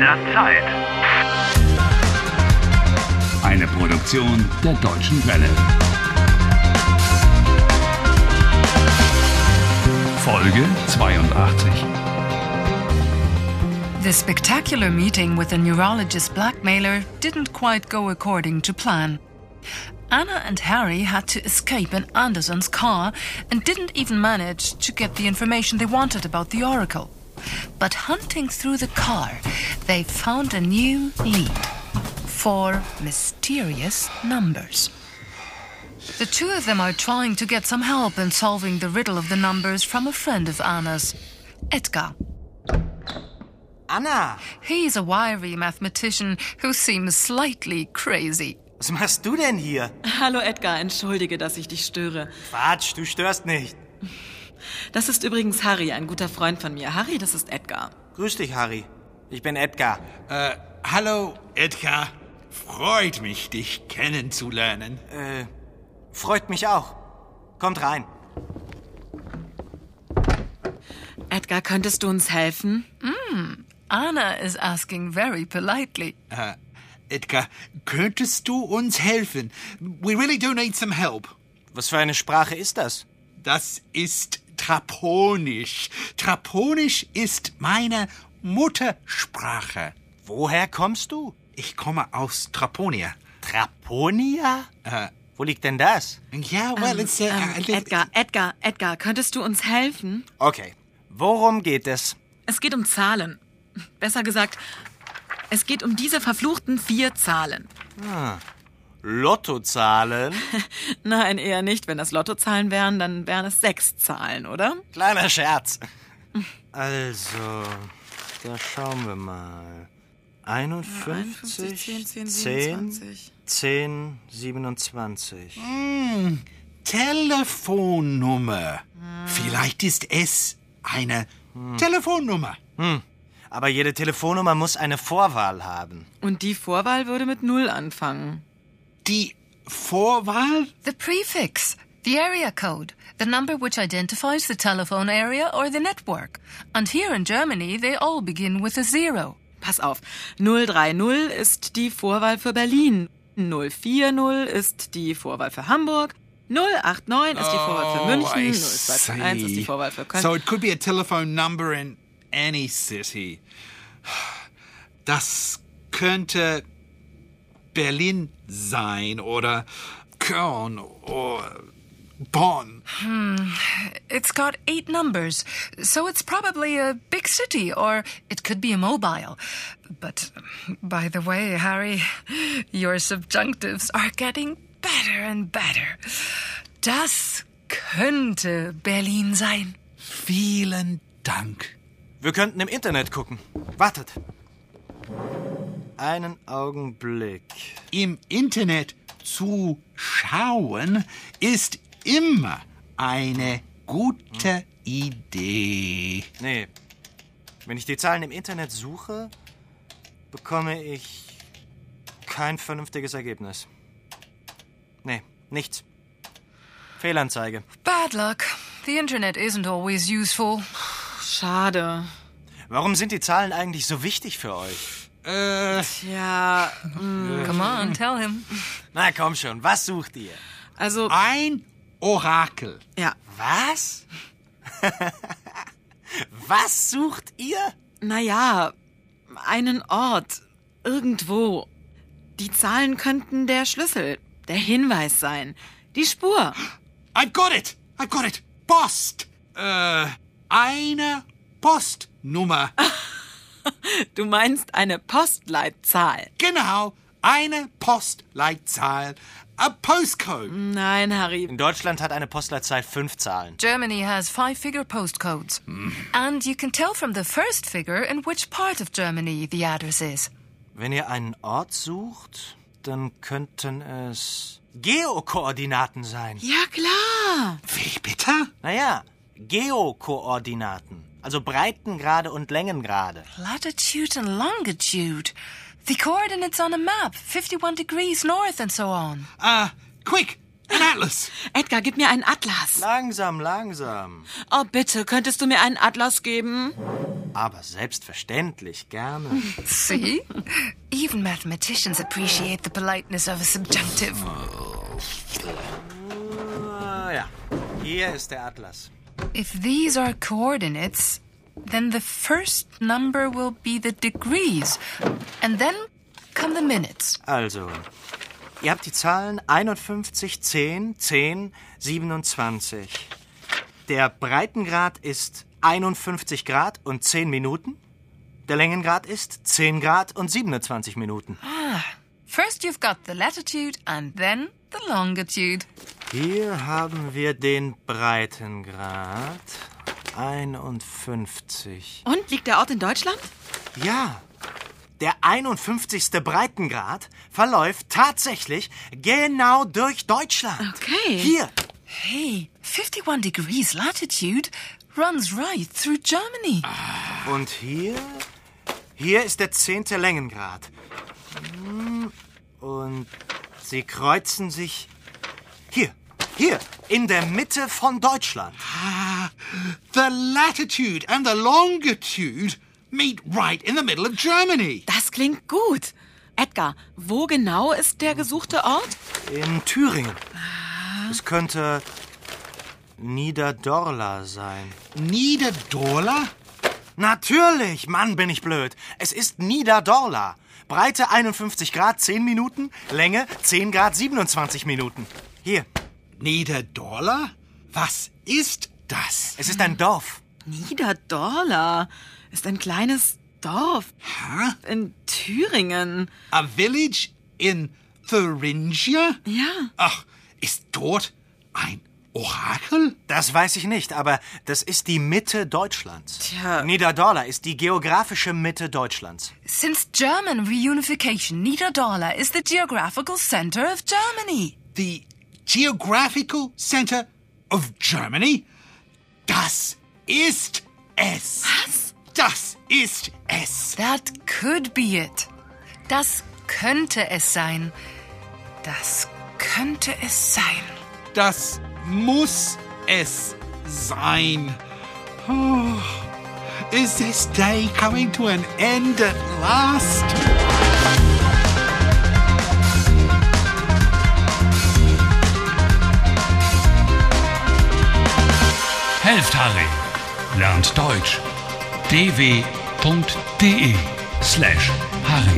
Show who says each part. Speaker 1: der Zeit.
Speaker 2: Eine Produktion der Deutschen Welle. Folge 82.
Speaker 3: The spectacular meeting with a neurologist blackmailer didn't quite go according to plan. Anna and Harry had to escape in Anderson's car and didn't even manage to get the information they wanted about the Oracle. But hunting through the car, they found a new lead four mysterious numbers. The two of them are trying to get some help in solving the riddle of the numbers from a friend of Anna's, Edgar.
Speaker 4: Anna,
Speaker 3: He's a wiry mathematician who seems slightly crazy.
Speaker 4: was machst du denn hier?
Speaker 5: Hallo Edgar, entschuldige, dass ich dich störe.
Speaker 4: Quatsch, du störst nicht.
Speaker 5: Das ist übrigens Harry, ein guter Freund von mir. Harry, das ist Edgar.
Speaker 4: Grüß dich, Harry. Ich bin Edgar.
Speaker 6: Äh, hallo, Edgar. Freut mich, dich kennenzulernen.
Speaker 4: Freut mich auch. Kommt rein.
Speaker 5: Edgar, könntest du uns helfen?
Speaker 3: Anna is asking very politely.
Speaker 6: Edgar, könntest du uns helfen? We really do need some help.
Speaker 4: Was für eine Sprache ist das?
Speaker 6: Das ist Traponisch. Traponisch ist meine Muttersprache.
Speaker 4: Woher kommst du?
Speaker 6: Ich komme aus Traponia.
Speaker 4: Traponia?
Speaker 6: Äh,
Speaker 4: Wo liegt denn das?
Speaker 6: yeah, well, it's uh,
Speaker 5: Ähm,
Speaker 6: a little-
Speaker 5: Edgar, Edgar, Edgar, könntest du uns helfen?
Speaker 4: Okay. Worum geht es?
Speaker 5: Es geht um Zahlen. Besser gesagt, es geht um diese verfluchten vier Zahlen.
Speaker 4: Lottozahlen?
Speaker 5: Nein, eher nicht. Wenn das Lottozahlen wären, dann wären es sechs Zahlen, oder?
Speaker 4: Kleiner Scherz. Also, da schauen wir mal. 51,
Speaker 5: 10, 10, 27.
Speaker 4: 10, 27.
Speaker 6: Telefonnummer. Vielleicht ist es eine Telefonnummer.
Speaker 4: Aber jede Telefonnummer muss eine Vorwahl haben.
Speaker 5: Und die Vorwahl würde mit null anfangen.
Speaker 6: Die Vorwahl?
Speaker 3: The prefix, the area code, the number which identifies the telephone area or the network. And here in Germany, they all begin with a zero.
Speaker 5: Pass auf. 030 ist die Vorwahl für Berlin. 040 ist die Vorwahl für Hamburg. 089 ist die Vorwahl für München. 021 ist die Vorwahl für Köln.
Speaker 6: Oh, So it could be a telephone number in any city. Das könnte Berlin sein oder Köln oder Bonn.
Speaker 3: It's got eight numbers, so it's probably a big city or it could be a mobile. But by the way, Harry, your subjunctives are getting better and better. Das könnte Berlin sein.
Speaker 6: Vielen Dank.
Speaker 4: Wir könnten im Internet gucken. Wartet. Einen Augenblick.
Speaker 6: Im Internet zu schauen ist immer eine gute Idee.
Speaker 4: Nee. Wenn ich die Zahlen im Internet suche, bekomme ich kein vernünftiges Ergebnis. Nee, nichts. Fehlanzeige.
Speaker 3: Bad luck. The internet isn't always useful.
Speaker 5: Schade.
Speaker 4: Warum sind die Zahlen eigentlich so wichtig für euch?
Speaker 6: Äh,
Speaker 5: Tja,
Speaker 3: Come on, tell him.
Speaker 4: Na komm schon, was sucht ihr?
Speaker 5: also,
Speaker 6: Ah. ein Orakel.
Speaker 5: ja.
Speaker 4: Was? was sucht ihr?
Speaker 5: Naja, einen Ort. Irgendwo. Die Zahlen könnten der Schlüssel, der Hinweis sein. Die Spur.
Speaker 6: I've got it! I've got it! Post! Äh, eine Postnummer.
Speaker 5: Du meinst eine Postleitzahl.
Speaker 6: Genau, eine Postleitzahl. A
Speaker 5: Mm.
Speaker 6: postcode.
Speaker 5: Nein, Harry,
Speaker 4: In Deutschland hat eine Postleitzahl fünf Zahlen.
Speaker 3: Germany has five figure postcodes. And you can tell from the first figure in which part of Germany the address is.
Speaker 4: Wenn ihr einen Ort sucht, dann könnten es Geokoordinaten sein.
Speaker 5: Ja, klar.
Speaker 6: Wie bitte?
Speaker 4: Naja, Geokoordinaten. Also Breitengrade und Längengrade.
Speaker 3: Latitude and longitude. The coordinates on a map, 51 degrees north and so on.
Speaker 6: Uh, quick, An atlas.
Speaker 5: Edgar, gib mir einen Atlas.
Speaker 4: Langsam, langsam.
Speaker 5: Oh, bitte, könntest du mir einen Atlas geben?
Speaker 4: Aber selbstverständlich, gerne.
Speaker 3: See? Even mathematicians appreciate the politeness of a subjunctive.
Speaker 4: Ah, ja. Hier ist der Atlas.
Speaker 3: If these are coordinates, then the first number will be the degrees, and then come the minutes.
Speaker 4: Also, ihr habt die Zahlen 51, 10, 10, 27. Der Breitengrad ist 51 Grad und 10 Minuten. Der Längengrad ist 10 Grad und 27 Minuten.
Speaker 3: First, you've got the latitude, and then the longitude.
Speaker 4: Hier haben wir den Breitengrad 51.
Speaker 5: Und liegt der Ort in Deutschland?
Speaker 4: Ja, der 51. Breitengrad verläuft tatsächlich genau durch Deutschland.
Speaker 5: Okay.
Speaker 4: Hier,
Speaker 3: Hey, 51 degrees latitude runs right through Germany.
Speaker 4: Und hier? Hier ist der zehnte Längengrad. Hm, Und sie kreuzen sich hier, hier, in der Mitte von Deutschland.
Speaker 6: The latitude and the longitude meet right in the middle of Germany.
Speaker 5: Das klingt gut. Edgar, wo genau ist der gesuchte Ort?
Speaker 4: In Thüringen. Es könnte Niederdorla sein.
Speaker 6: Niederdorla?
Speaker 4: Natürlich, Mann, bin ich blöd. Es ist Niederdorla. Breite 51 Grad 10 Minuten, Länge 10 Grad 27 Minuten. Hier,
Speaker 6: Niederdorla? Was ist das?
Speaker 4: es ist ein Dorf.
Speaker 5: Niederdorla ist ein kleines Dorf
Speaker 6: Huh?
Speaker 5: in Thüringen.
Speaker 6: A village in Thuringia?
Speaker 5: Ja.
Speaker 6: Ach, ist dort ein Orakel?
Speaker 4: Das weiß ich nicht, aber das ist die Mitte Deutschlands.
Speaker 5: Tja.
Speaker 4: Niederdorla ist die geografische Mitte Deutschlands.
Speaker 3: Since German reunification, Niederdala is the geographical center of Germany.
Speaker 6: The geographical center of Germany? Das ist es. Was? Das ist es.
Speaker 3: That could be it. Das könnte es sein. Das könnte es sein.
Speaker 6: Das muss es sein. Oh, is this day coming to an end at last?
Speaker 2: Helft Harry. Lernt Deutsch. dw.de slash Harry.